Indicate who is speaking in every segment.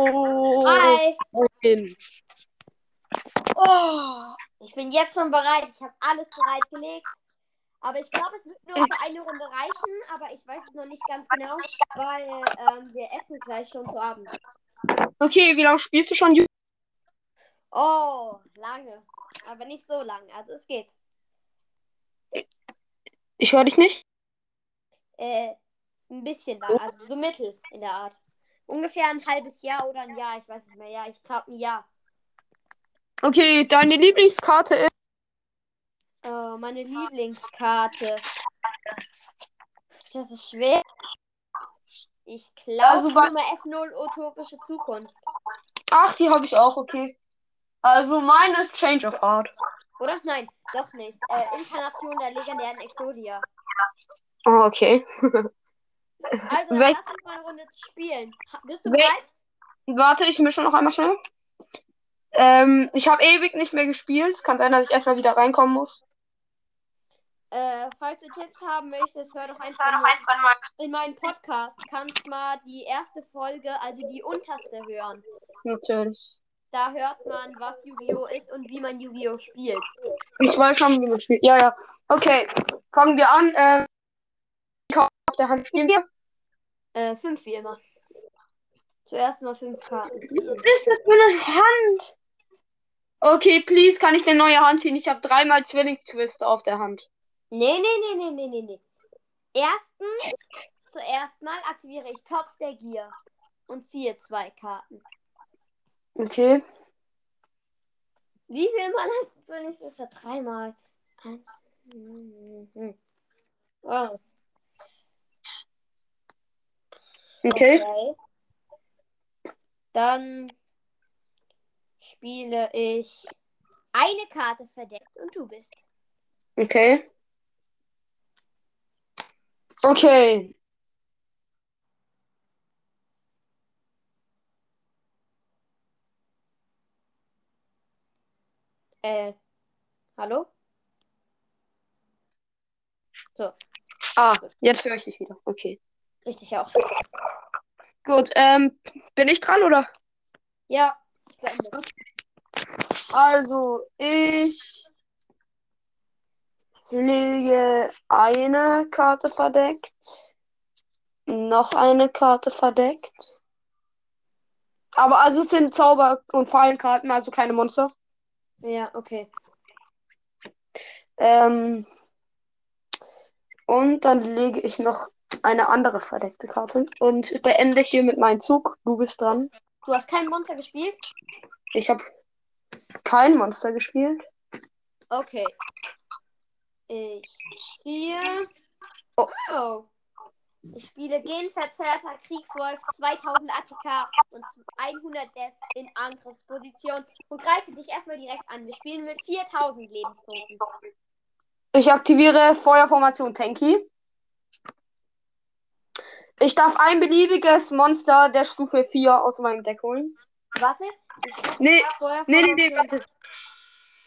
Speaker 1: Hallo.
Speaker 2: Hi.
Speaker 1: Moin.
Speaker 2: Oh, ich bin jetzt schon bereit. Ich habe alles bereitgelegt. Aber ich glaube, es wird nur für eine Runde reichen. Aber ich weiß es noch nicht ganz genau, weil ähm, wir essen gleich schon zu Abend.
Speaker 1: Okay, wie lange spielst du schon? Ju-
Speaker 2: Oh, lange. Aber nicht so lange. Also es geht.
Speaker 1: Ich höre dich nicht.
Speaker 2: Äh, ein bisschen lang. Also so mittel in der Art. Ungefähr ein halbes Jahr oder ein Jahr. Ich weiß nicht mehr. Ja, ich glaube ein Jahr.
Speaker 1: Okay, deine Lieblingskarte ist.
Speaker 2: Oh, meine Lieblingskarte. Das ist schwer. Ich glaube,
Speaker 1: Also bei-
Speaker 2: Nummer F0 utopische Zukunft.
Speaker 1: Ach, die habe ich auch, okay. Also meine ist Change of Heart.
Speaker 2: Oder? Nein, doch nicht. Äh, Inkarnation der legendären Exodia. Ah,
Speaker 1: Oh, okay.
Speaker 2: Also, dann
Speaker 1: Wel-
Speaker 2: lass uns mal eine Runde spielen. Ha- Bist du
Speaker 1: Wel-
Speaker 2: bereit?
Speaker 1: Warte, ich mische noch einmal schnell. Ähm, ich habe ewig nicht mehr gespielt. Es kann sein, dass ich erstmal wieder reinkommen muss.
Speaker 2: Äh, falls du Tipps haben möchtest, hör doch einfach,
Speaker 1: war
Speaker 2: mal
Speaker 1: mal.
Speaker 2: in meinen Podcast. Kannst mal die erste Folge, also die unterste, hören.
Speaker 1: Natürlich.
Speaker 2: Da hört man, was Yu-Gi-Oh! ist und wie man Yu-Gi-Oh! spielt.
Speaker 1: Ich weiß schon, wie man spielt. Ja, ja. Okay, fangen wir an. Ähm, auf der Hand spielen wir.
Speaker 2: Äh, fünf wie immer. Zuerst mal fünf Karten ziehen.
Speaker 1: Was ist das für eine Hand? Okay, please, kann ich eine neue Hand ziehen? Ich habe dreimal Zwillingstwist auf der Hand.
Speaker 2: Nee, nee, nee, nee, nee, nee, nee. Erstens, zuerst mal aktiviere ich Topf der Gier und ziehe zwei Karten.
Speaker 1: Okay.
Speaker 2: Wie viel Mal hast du nicht bisher? Dreimal. Eins. Mhm. Oh,
Speaker 1: Okay.
Speaker 2: okay. Dann spiele ich eine Karte verdeckt und du bist.
Speaker 1: Okay. Okay.
Speaker 2: Äh, hallo?
Speaker 1: Ah, jetzt höre ich dich wieder. Okay.
Speaker 2: Richtig auch.
Speaker 1: Gut, ähm, bin ich dran, oder?
Speaker 2: Ja, ich beende.
Speaker 1: Also, ich lege eine Karte verdeckt, noch eine Karte verdeckt. Aber also es sind Zauber- und Fallenkarten, also keine Monster.
Speaker 2: Ja, okay.
Speaker 1: Ähm, und dann lege ich noch eine andere verdeckte Karte und beende hier mit meinem Zug. Du bist dran.
Speaker 2: Du hast kein Monster gespielt?
Speaker 1: Ich habe kein Monster gespielt.
Speaker 2: Okay. Ich ziehe.
Speaker 1: Oh.
Speaker 2: Oh. Ich spiele Genverzerrter Kriegswolf 2000 Attika und 100 Death in Angriffsposition und greife dich erstmal direkt an. Wir spielen mit 4000 Lebenspunkten.
Speaker 1: Ich aktiviere Feuerformation Tanky. Ich darf ein beliebiges Monster der Stufe 4 aus meinem Deck holen.
Speaker 2: Warte. Ich
Speaker 1: Nee,
Speaker 2: mach vorher
Speaker 1: nee, nee, nee,
Speaker 2: Formation.
Speaker 1: warte.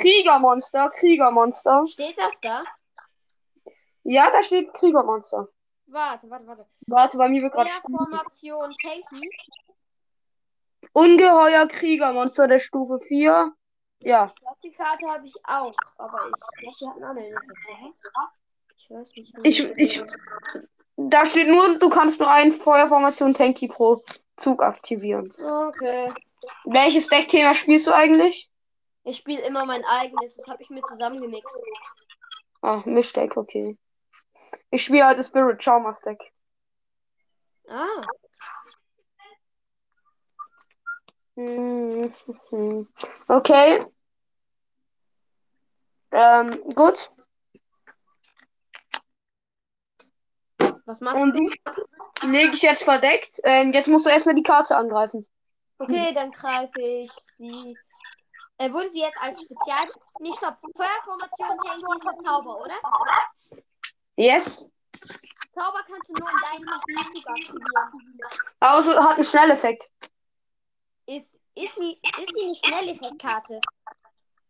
Speaker 1: Kriegermonster, Kriegermonster.
Speaker 2: Steht das da?
Speaker 1: Ja, da steht Kriegermonster.
Speaker 2: Warte, warte, warte.
Speaker 1: Warte, bei mir wird gerade
Speaker 2: Formation Tanky.
Speaker 1: Ungeheuer Kriegermonster der Stufe 4. Ja,
Speaker 2: Ich glaube, die Karte habe ich auch, aber ich glaube, die hatten alle nicht. Ich weiß nicht.
Speaker 1: ich, ich, da steht nur, du kannst nur einen Feuerformation Tanky pro Zug aktivieren.
Speaker 2: Okay.
Speaker 1: Welches Deckthema spielst du eigentlich?
Speaker 2: Ich spiele immer mein eigenes. Das habe ich mir zusammengemixt.
Speaker 1: Ah, Mischdeck, okay. Ich spiele halt das Spirit Charmers Deck.
Speaker 2: Ah,
Speaker 1: Mhm. Okay. Ähm, gut.
Speaker 2: was machst
Speaker 1: Und die lege ich jetzt verdeckt. Ähm, jetzt musst du erstmal die Karte angreifen.
Speaker 2: du? Okay, dann greife ich sie. Äh, wurde sie jetzt als Spezial. Nee, stopp. Feuerformation Tanky ist ein Zauber, oder?
Speaker 1: Yes.
Speaker 2: Zauber kannst du nur in deinem Spielzug aktivieren.
Speaker 1: Aber es Also, hat einen Schnelleffekt.
Speaker 2: Ist, ist, die, ist die eine Schnelleffektkarte?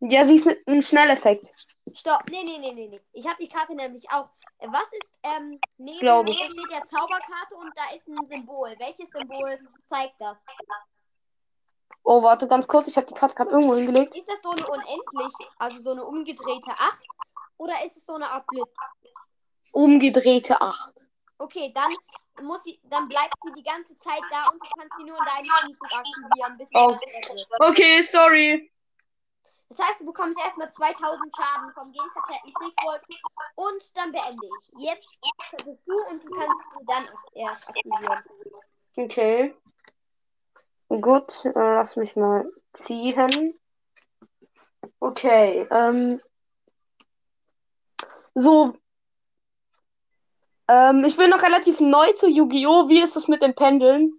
Speaker 1: Ja, sie ist mit einem Schnelleffekt.
Speaker 2: Stopp, nee, nee, nee, nee, nee. Ich habe die Karte nämlich auch. Äh, Was ist, ähm, neben,
Speaker 1: Glaube ich.
Speaker 2: da steht ja Zauberkarte und da ist ein Symbol. Welches Symbol zeigt das?
Speaker 1: Oh, warte ganz kurz, ich habe die Karte gerade irgendwo hingelegt.
Speaker 2: Ist das so eine unendlich, also so eine umgedrehte 8? Oder ist es so eine Art Blitz?
Speaker 1: Umgedrehte 8.
Speaker 2: Okay, dann muss sie, dann bleibt sie die ganze Zeit da und du kannst sie nur in deinen Stufen aktivieren, bis sie
Speaker 1: Oh.
Speaker 2: verschwindet.
Speaker 1: Okay, sorry.
Speaker 2: Das heißt, du bekommst erstmal 2000 Schaden vom genverzerrten Kriegswolf und dann beende ich. Jetzt bist du und du kannst sie dann erst aktivieren.
Speaker 1: Okay. Gut, äh, lass mich mal ziehen. Okay, ähm. So. Ähm, ich bin noch relativ neu zu Yu-Gi-Oh! Wie ist es mit den Pendeln?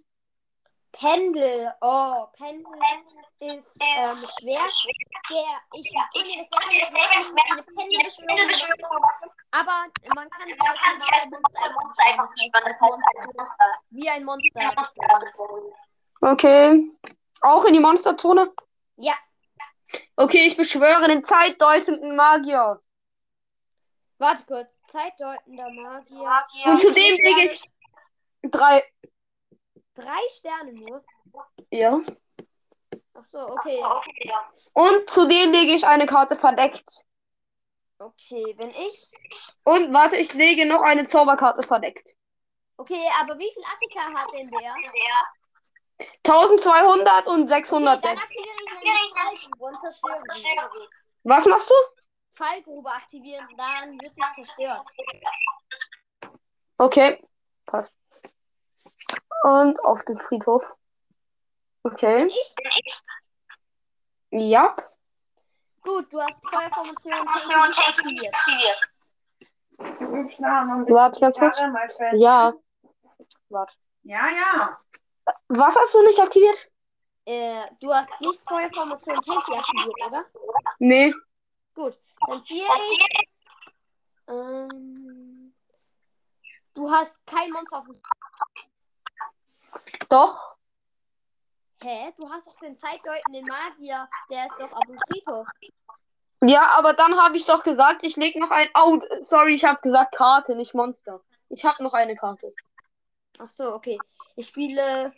Speaker 2: Pendel, oh, Pendel ist ähm, schwer. Der, ich kann mir das selber nicht merken, eine Pendelbeschwörung, aber man kann sie als normale Monster einfach nicht Das heißt, als Monster, wie ein Monster. beschwören.
Speaker 1: Okay. Auch in die Monsterzone?
Speaker 2: Ja,
Speaker 1: Okay, ich beschwöre den zeitdeutenden Magier.
Speaker 2: warte kurz. Zeitdeutender Magier.
Speaker 1: Und zudem lege ich drei.
Speaker 2: Drei Sterne nur.
Speaker 1: Ja.
Speaker 2: Ach so, okay.
Speaker 1: Und zudem lege ich eine Karte verdeckt.
Speaker 2: Okay, bin ich.
Speaker 1: Und warte, ich lege noch eine Zauberkarte verdeckt.
Speaker 2: Okay, aber wie viel Attika hat denn der?
Speaker 1: 1200 und
Speaker 2: Okay,
Speaker 1: 600
Speaker 2: dann
Speaker 1: Deck.
Speaker 2: aktiviere ich nämlich Fallgrube und zerstöre sie.
Speaker 1: Was machst du?
Speaker 2: Fallgrube aktivieren, dann wird sie zerstört.
Speaker 1: Okay. Passt. Und auf den Friedhof. Okay.
Speaker 2: Ich?
Speaker 1: Ja.
Speaker 2: Gut, du hast Feuerformation technisch aktiviert.
Speaker 1: Warte ganz kurz. Ja. Warte.
Speaker 3: Ja, ja.
Speaker 1: Was hast du nicht aktiviert?
Speaker 2: Äh, du hast nicht Feuerformation technisch aktiviert, oder?
Speaker 1: Nee.
Speaker 2: Dann ziehe ich. Ähm, du hast kein Monster auf dem.
Speaker 1: Doch.
Speaker 2: Hä? Du hast doch den zeitdeutenden Magier. Der ist doch auf dem Friedhof.
Speaker 1: Ja, aber dann habe ich doch gesagt, ich lege noch ein. Oh, sorry, ich habe gesagt Karte, nicht Monster. Ich habe noch eine Karte.
Speaker 2: Ach so, okay. Ich spiele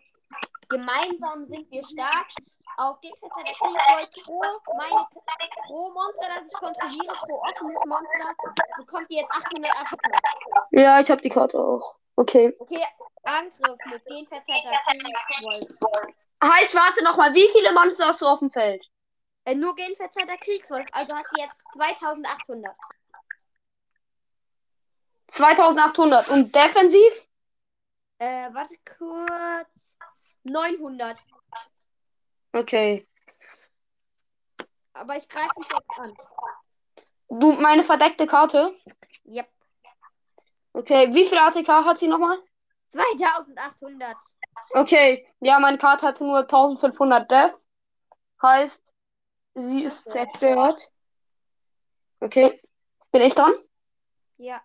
Speaker 2: Gemeinsam sind wir stark. Auf Gegenseite der Kriegswolf pro, meine, pro Monster, das ich kontrolliere, pro offenes Monster, bekommt ihr jetzt 800 Attacken.
Speaker 1: Ja, ich habe die Karte auch. Okay.
Speaker 2: Okay, Angriff mit Genverzerrter Kriegswolf.
Speaker 1: Heißt, warte nochmal, wie viele Monster hast du auf dem Feld?
Speaker 2: Äh, nur Genverzerrter Kriegswolf, also hast du jetzt 2800.
Speaker 1: 2800. Und defensiv?
Speaker 2: Äh, warte kurz. 900.
Speaker 1: Okay.
Speaker 2: Aber ich greife dich jetzt an.
Speaker 1: Du, meine verdeckte Karte.
Speaker 2: Yep.
Speaker 1: Okay, wie viel ATK hat sie nochmal?
Speaker 2: 2800.
Speaker 1: Okay, ja, meine Karte hatte nur 1500 Death. Heißt, sie ist zerstört. Okay, bin ich dran?
Speaker 2: Ja.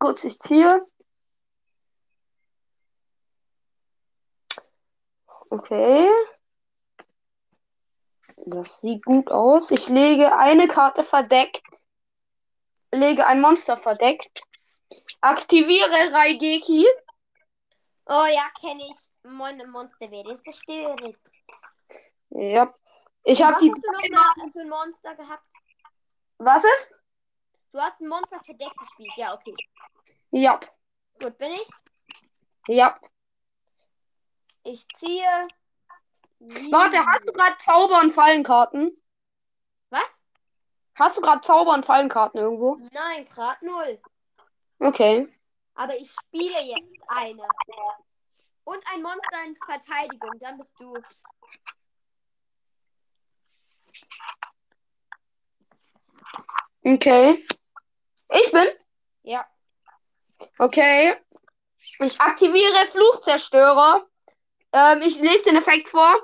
Speaker 1: Gut, ich ziehe. Okay. Das sieht gut aus. Ich lege eine Karte verdeckt. Lege ein Monster verdeckt. Aktiviere Raigeki.
Speaker 2: Oh ja, kenne ich. Meine Monster wäre ist zerstört.
Speaker 1: Ja. Ich habe
Speaker 2: Was
Speaker 1: die.
Speaker 2: hast du noch mal für ein Monster gehabt?
Speaker 1: Was ist?
Speaker 2: Du hast ein Monster verdeckt gespielt. Ja, okay.
Speaker 1: Ja.
Speaker 2: Gut, bin ich.
Speaker 1: Ja.
Speaker 2: Ich ziehe. Wie-
Speaker 1: Warte, hast du gerade Zauber- und Fallenkarten?
Speaker 2: Was?
Speaker 1: Hast du gerade Zauber- und Fallenkarten irgendwo?
Speaker 2: Nein, Grad null.
Speaker 1: Okay.
Speaker 2: Aber ich spiele jetzt eine. Und ein Monster in Verteidigung. Dann bist du.
Speaker 1: Okay. Ich bin?
Speaker 2: Ja.
Speaker 1: Okay. Ich aktiviere Fluchzerstörer. Ähm, ich lese den Effekt vor.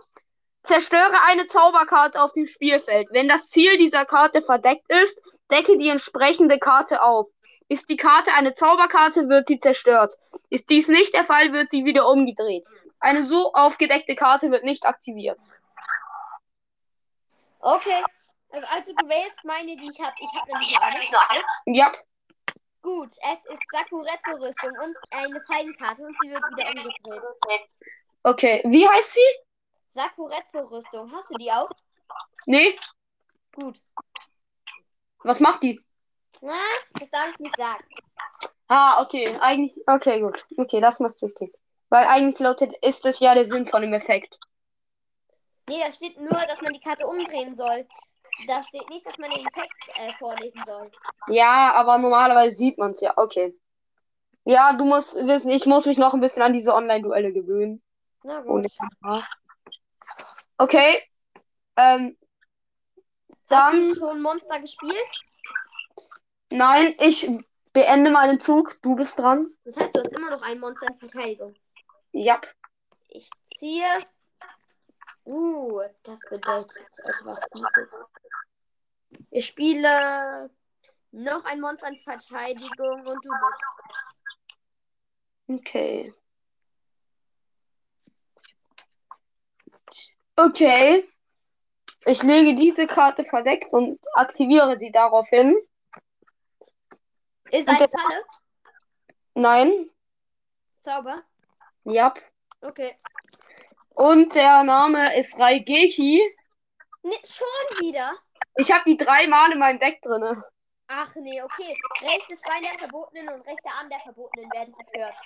Speaker 1: Zerstöre eine Zauberkarte auf dem Spielfeld. Wenn das Ziel dieser Karte verdeckt ist, decke die entsprechende Karte auf. Ist die Karte eine Zauberkarte, wird sie zerstört. Ist dies nicht der Fall, wird sie wieder umgedreht. Eine so aufgedeckte Karte wird nicht aktiviert.
Speaker 2: Okay. Also, also du wählst meine, die ich habe. Ich habe nämlich noch eine.
Speaker 3: alle.
Speaker 1: Ja,
Speaker 2: Gut, es ist Sakuretsu-Rüstung und eine Feinkarte und sie wird wieder umgedreht.
Speaker 1: okay. Wie heißt sie?
Speaker 2: Sakuretsu-Rüstung, hast du die auch?
Speaker 1: Nee,
Speaker 2: Gut.
Speaker 1: was macht die?
Speaker 2: Na, das darf ich nicht sagen.
Speaker 1: Ah, okay, eigentlich, okay, gut. Okay, das machst du richtig. Weil eigentlich lautet, ist es ja der Sinn von dem Effekt.
Speaker 2: Nee, da steht nur, dass man die Karte umdrehen soll. Da steht nicht, dass man den Effekt äh, vorlesen soll.
Speaker 1: Ja, aber normalerweise sieht man es ja. Okay. Ja, du musst wissen, ich muss mich noch ein bisschen an diese Online-Duelle gewöhnen.
Speaker 2: Na gut.
Speaker 1: Ohne Kamera. Okay. Ähm, dann,
Speaker 2: Hast du schon Monster gespielt?
Speaker 1: nein, ich beende meinen Zug. Du bist dran.
Speaker 2: Das heißt, du hast immer noch ein Monster in Verteidigung.
Speaker 1: Ja.
Speaker 2: Ich ziehe. Uh, das bedeutet etwas Gutes. Ich spiele noch ein Monster in Verteidigung und du bist.
Speaker 1: Okay. Okay. Ich lege diese Karte verdeckt und aktiviere sie daraufhin.
Speaker 2: Ist
Speaker 1: Und
Speaker 2: eine
Speaker 1: der-
Speaker 2: Falle?
Speaker 1: Nein.
Speaker 2: Zauber?
Speaker 1: Ja.
Speaker 2: Okay.
Speaker 1: Und der Name ist Raigeki.
Speaker 2: Nee, schon wieder?
Speaker 1: Ich habe die dreimal in meinem Deck drin.
Speaker 2: Ach nee, okay. Rechtes Bein der Verbotenen und rechter Arm der Verbotenen werden zerstört.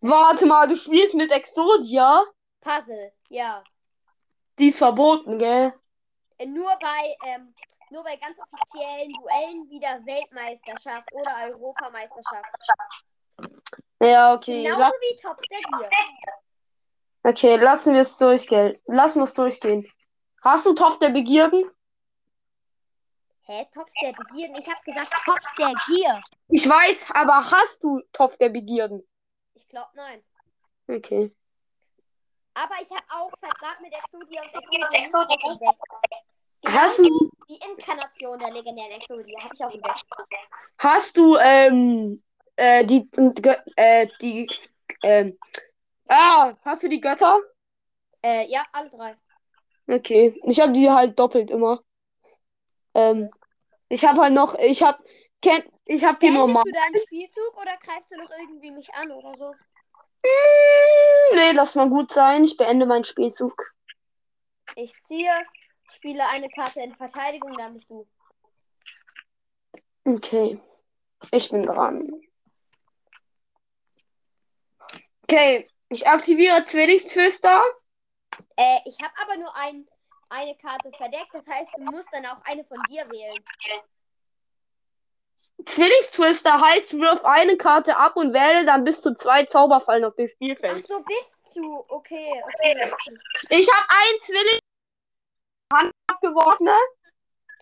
Speaker 1: Warte mal, du spielst mit Exodia?
Speaker 2: Puzzle, ja.
Speaker 1: Die ist verboten, gell?
Speaker 2: Äh, Nur bei, ähm, nur bei ganz offiziellen Duellen wie der Weltmeisterschaft oder Europameisterschaft.
Speaker 1: Ja, okay.
Speaker 2: Genauso
Speaker 1: Lass,
Speaker 2: wie Top Step hier.
Speaker 1: okay, lassen wir es durchgehen. Lassen wir es durchgehen. Hast du Topf der Begierden?
Speaker 2: Hä, Top der Begierden? Ich hab gesagt Top der Gier.
Speaker 1: Ich weiß, aber hast du Topf der Begierden?
Speaker 2: Ich glaub, nein.
Speaker 1: Okay.
Speaker 2: Aber ich hab auch Vertrag mit Exodia und
Speaker 3: mit Exodia.
Speaker 2: Exodia. im Deck.
Speaker 1: Hast du,
Speaker 2: Die Inkarnation der legendären Exodia hab ich auch im Deck.
Speaker 1: hast du, ähm, äh, die, äh, die, ähm, ah, hast du die Götter?
Speaker 2: Äh, ja, alle drei.
Speaker 1: Okay, ich habe die halt doppelt immer. Ähm, ich habe halt noch, ich habe, kennt, ich habe die normal.
Speaker 2: Beendest du deinen Spielzug oder greifst du noch irgendwie mich an oder so?
Speaker 1: Nee, lass mal gut sein. Ich beende meinen Spielzug.
Speaker 2: Ich ziehe, spiele eine Karte in Verteidigung, dann bist du.
Speaker 1: Okay, ich bin dran. Okay, ich aktiviere Zwillingstwister.
Speaker 2: Äh, ich habe aber nur ein, eine Karte verdeckt, das heißt, du musst dann auch eine von dir wählen.
Speaker 1: Zwillingstwister heißt, wirf eine Karte ab und wähle dann bis zu zwei Zauberfallen auf dem
Speaker 2: Ach
Speaker 1: Spielfeld.
Speaker 2: so, bist du. Okay, okay.
Speaker 1: Ich habe einen Zwilling Hand abgeworfen. ne?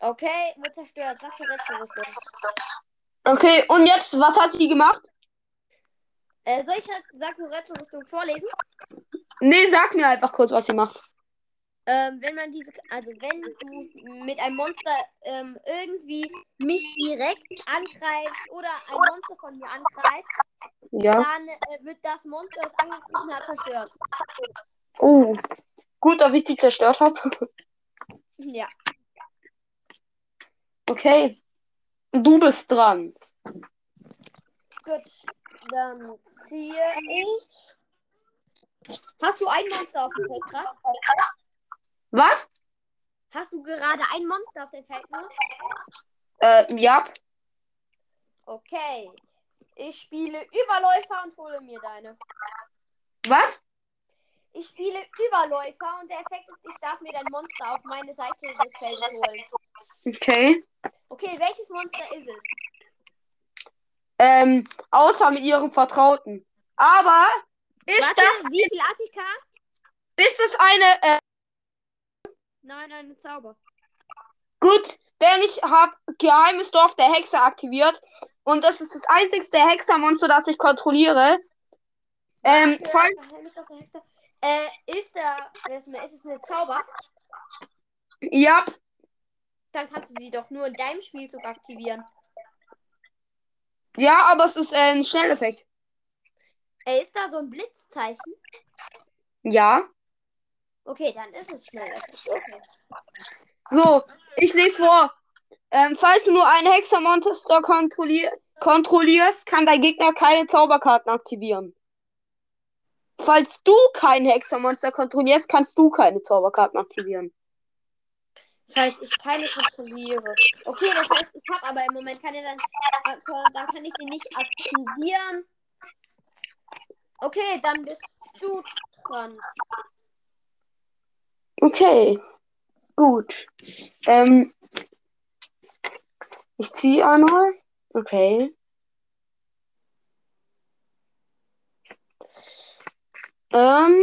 Speaker 2: Okay, wird zerstört. Sag dir jetzt Rüstung.
Speaker 1: Okay, und jetzt, was hat die gemacht?
Speaker 2: Äh, soll ich Sakuretsu Rüstung vorlesen?
Speaker 1: Nee, sag mir einfach kurz, was sie macht.
Speaker 2: Ähm, wenn man diese, also wenn du mit einem Monster ähm, irgendwie mich direkt angreifst oder ein Monster von mir angreift,
Speaker 1: Ja.
Speaker 2: dann äh, wird das Monster, das angegriffen hat, zerstört.
Speaker 1: Oh. Gut, dass ich die zerstört habe.
Speaker 2: Ja.
Speaker 1: Okay. Du bist dran.
Speaker 2: Gut, dann ziehe ich. Hast du ein Monster auf dem Feld, krass?
Speaker 1: Was?
Speaker 2: Hast du gerade ein Monster auf dem Feld, ne?
Speaker 1: Äh, ja.
Speaker 2: Okay. Ich spiele Überläufer und hole mir deine.
Speaker 1: Was?
Speaker 2: Ich spiele Überläufer und der Effekt ist, ich darf mir dein Monster auf meine Seite des Feldes holen.
Speaker 1: Okay.
Speaker 2: Okay, welches Monster ist es?
Speaker 1: Ähm, außer mit ihrem Vertrauten. Aber ist
Speaker 2: Warte,
Speaker 1: das,
Speaker 2: wie viel Attika?
Speaker 1: ist es eine, äh,
Speaker 2: Nein, eine Zauber.
Speaker 1: gut, denn ich habe Geheimes Dorf der Hexe aktiviert. Und das ist das einzigste Hexermonster, das ich kontrolliere. Ähm,
Speaker 2: Warte,
Speaker 1: voll,
Speaker 2: Geheimnis auf der Hexe. Äh, ist da, ist es eine Zauber?
Speaker 1: ja.
Speaker 2: Dann kannst du sie doch nur in deinem Spielzug aktivieren.
Speaker 1: Ja, aber es ist äh, ein Schnelleffekt.
Speaker 2: Ey, ist da so ein Blitzzeichen?
Speaker 1: Ja.
Speaker 2: Okay, dann ist es schnell. Okay.
Speaker 1: So, Ich lese vor. Ähm, falls du nur einen Hexer-Monster kontrollier kontrollierst, kann dein Gegner keine Zauberkarten aktivieren. Falls du kein Hexer-Monster kontrollierst, kannst du keine Zauberkarten aktivieren.
Speaker 2: Falls ich keine kontrolliere. Okay, das heißt, ich habe aber im Moment keine, dann, äh, dann kann ich sie nicht aktivieren. Okay, dann bist du dran.
Speaker 1: Okay. Gut. Ähm, ich ziehe einmal. Okay. Ähm.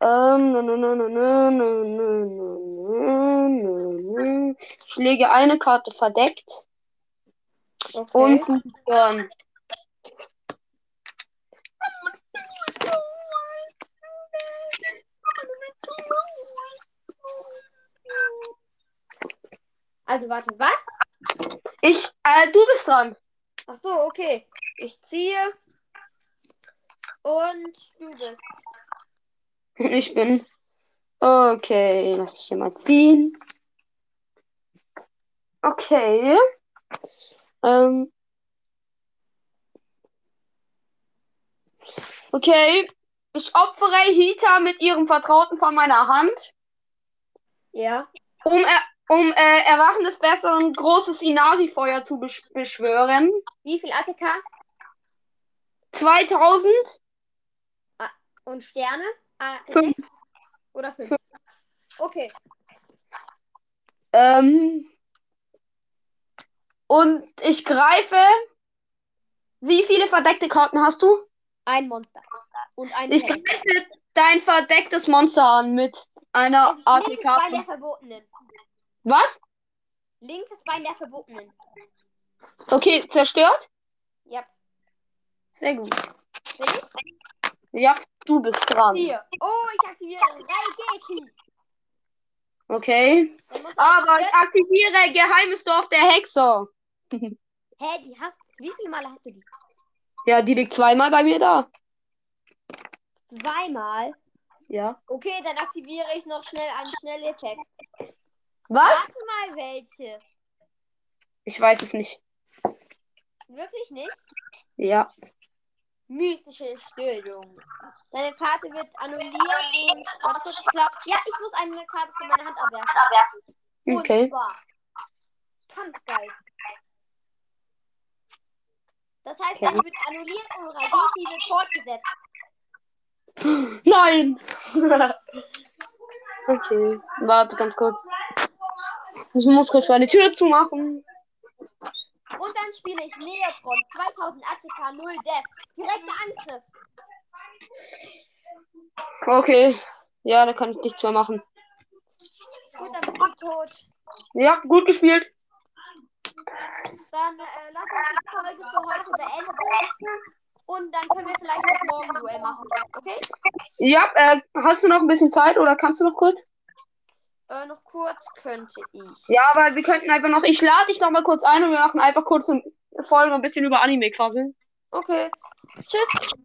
Speaker 1: Ähm, nö, nö, nö, nö, nö, nö, nö, nö, nö, nö. Ich lege eine Karte verdeckt
Speaker 2: Okay.
Speaker 1: und Kugeln.
Speaker 2: Also warte, was?
Speaker 1: Ich, äh, du bist dran.
Speaker 2: Ach so, okay. Ich ziehe. Und du bist.
Speaker 1: Ich bin. Okay, lass ich hier mal ziehen. Okay. Ähm. Okay. Ich opfere Hita mit ihrem Vertrauten von meiner Hand,
Speaker 2: Ja.
Speaker 1: um, er, um äh, Erwachen des Besseren großes Inari-Feuer zu besch beschwören.
Speaker 2: Wie viel ATK
Speaker 1: 2000
Speaker 2: und Sterne? Ah,
Speaker 1: Fünf.
Speaker 2: sechs oder fünf? Okay.
Speaker 1: Ähm, und ich greife. Wie viele verdeckte Karten hast du?
Speaker 2: Ein Monster. Und ein
Speaker 1: Ich
Speaker 2: Held.
Speaker 1: greife dein verdecktes Monster an mit
Speaker 2: Das
Speaker 1: einer
Speaker 2: ist
Speaker 1: Art
Speaker 2: linkes Bein der
Speaker 1: Karte.
Speaker 2: Verbotenen.
Speaker 1: Was?
Speaker 2: Linkes Bein der Verbotenen.
Speaker 1: Okay, zerstört?
Speaker 2: Ja.
Speaker 1: Sehr gut.
Speaker 2: Bin ich?
Speaker 1: Ja, du bist dran.
Speaker 2: Hier. Oh, ich aktiviere Raigeki.
Speaker 1: Okay.
Speaker 2: Dann muss ich-
Speaker 1: Ah, Aber ich aktiviere Geheimes Dorf der Hexer.
Speaker 2: Hä, die hast Wie viele Male hast du die?
Speaker 1: Ja, die liegt zweimal bei mir da.
Speaker 2: Zweimal.
Speaker 1: Ja.
Speaker 2: Okay, dann aktiviere ich noch schnell einen Schnelleffekt.
Speaker 1: Was?
Speaker 2: Warte mal, welche.
Speaker 1: Ich weiß es nicht.
Speaker 2: Wirklich nicht?
Speaker 1: Ja.
Speaker 2: Mystische Störung. Deine Karte wird annulliert. Und, warte kurz, ich glaub, ja, ich muss eine Karte von meiner Hand abwerfen. Und
Speaker 1: Okay.
Speaker 2: zwar Kampfgeist. Das heißt,
Speaker 1: Okay.
Speaker 2: das wird annulliert und Radiki wird fortgesetzt.
Speaker 1: Nein! okay, warte ganz kurz. Ich muss kurz meine Tür zumachen.
Speaker 2: Und dann spiele ich Leopron 2000 Attika 0 Death. Direkter Angriff.
Speaker 1: Okay, ja, da kann ich nichts mehr machen.
Speaker 2: Gut, dann bist du tot.
Speaker 1: Ja, gut gespielt.
Speaker 2: Dann äh, lass uns die Folge für heute beenden. Und dann können wir vielleicht noch morgen ein Duell machen. Okay?
Speaker 1: Ja, äh, hast du noch ein bisschen Zeit oder kannst du noch kurz?
Speaker 2: Äh, noch kurz könnte ich.
Speaker 1: Ja, aber wir könnten einfach noch. Ich lade dich noch mal kurz ein und wir machen einfach kurz eine Folge ein bisschen über Anime quasseln.
Speaker 2: Okay. Tschüss.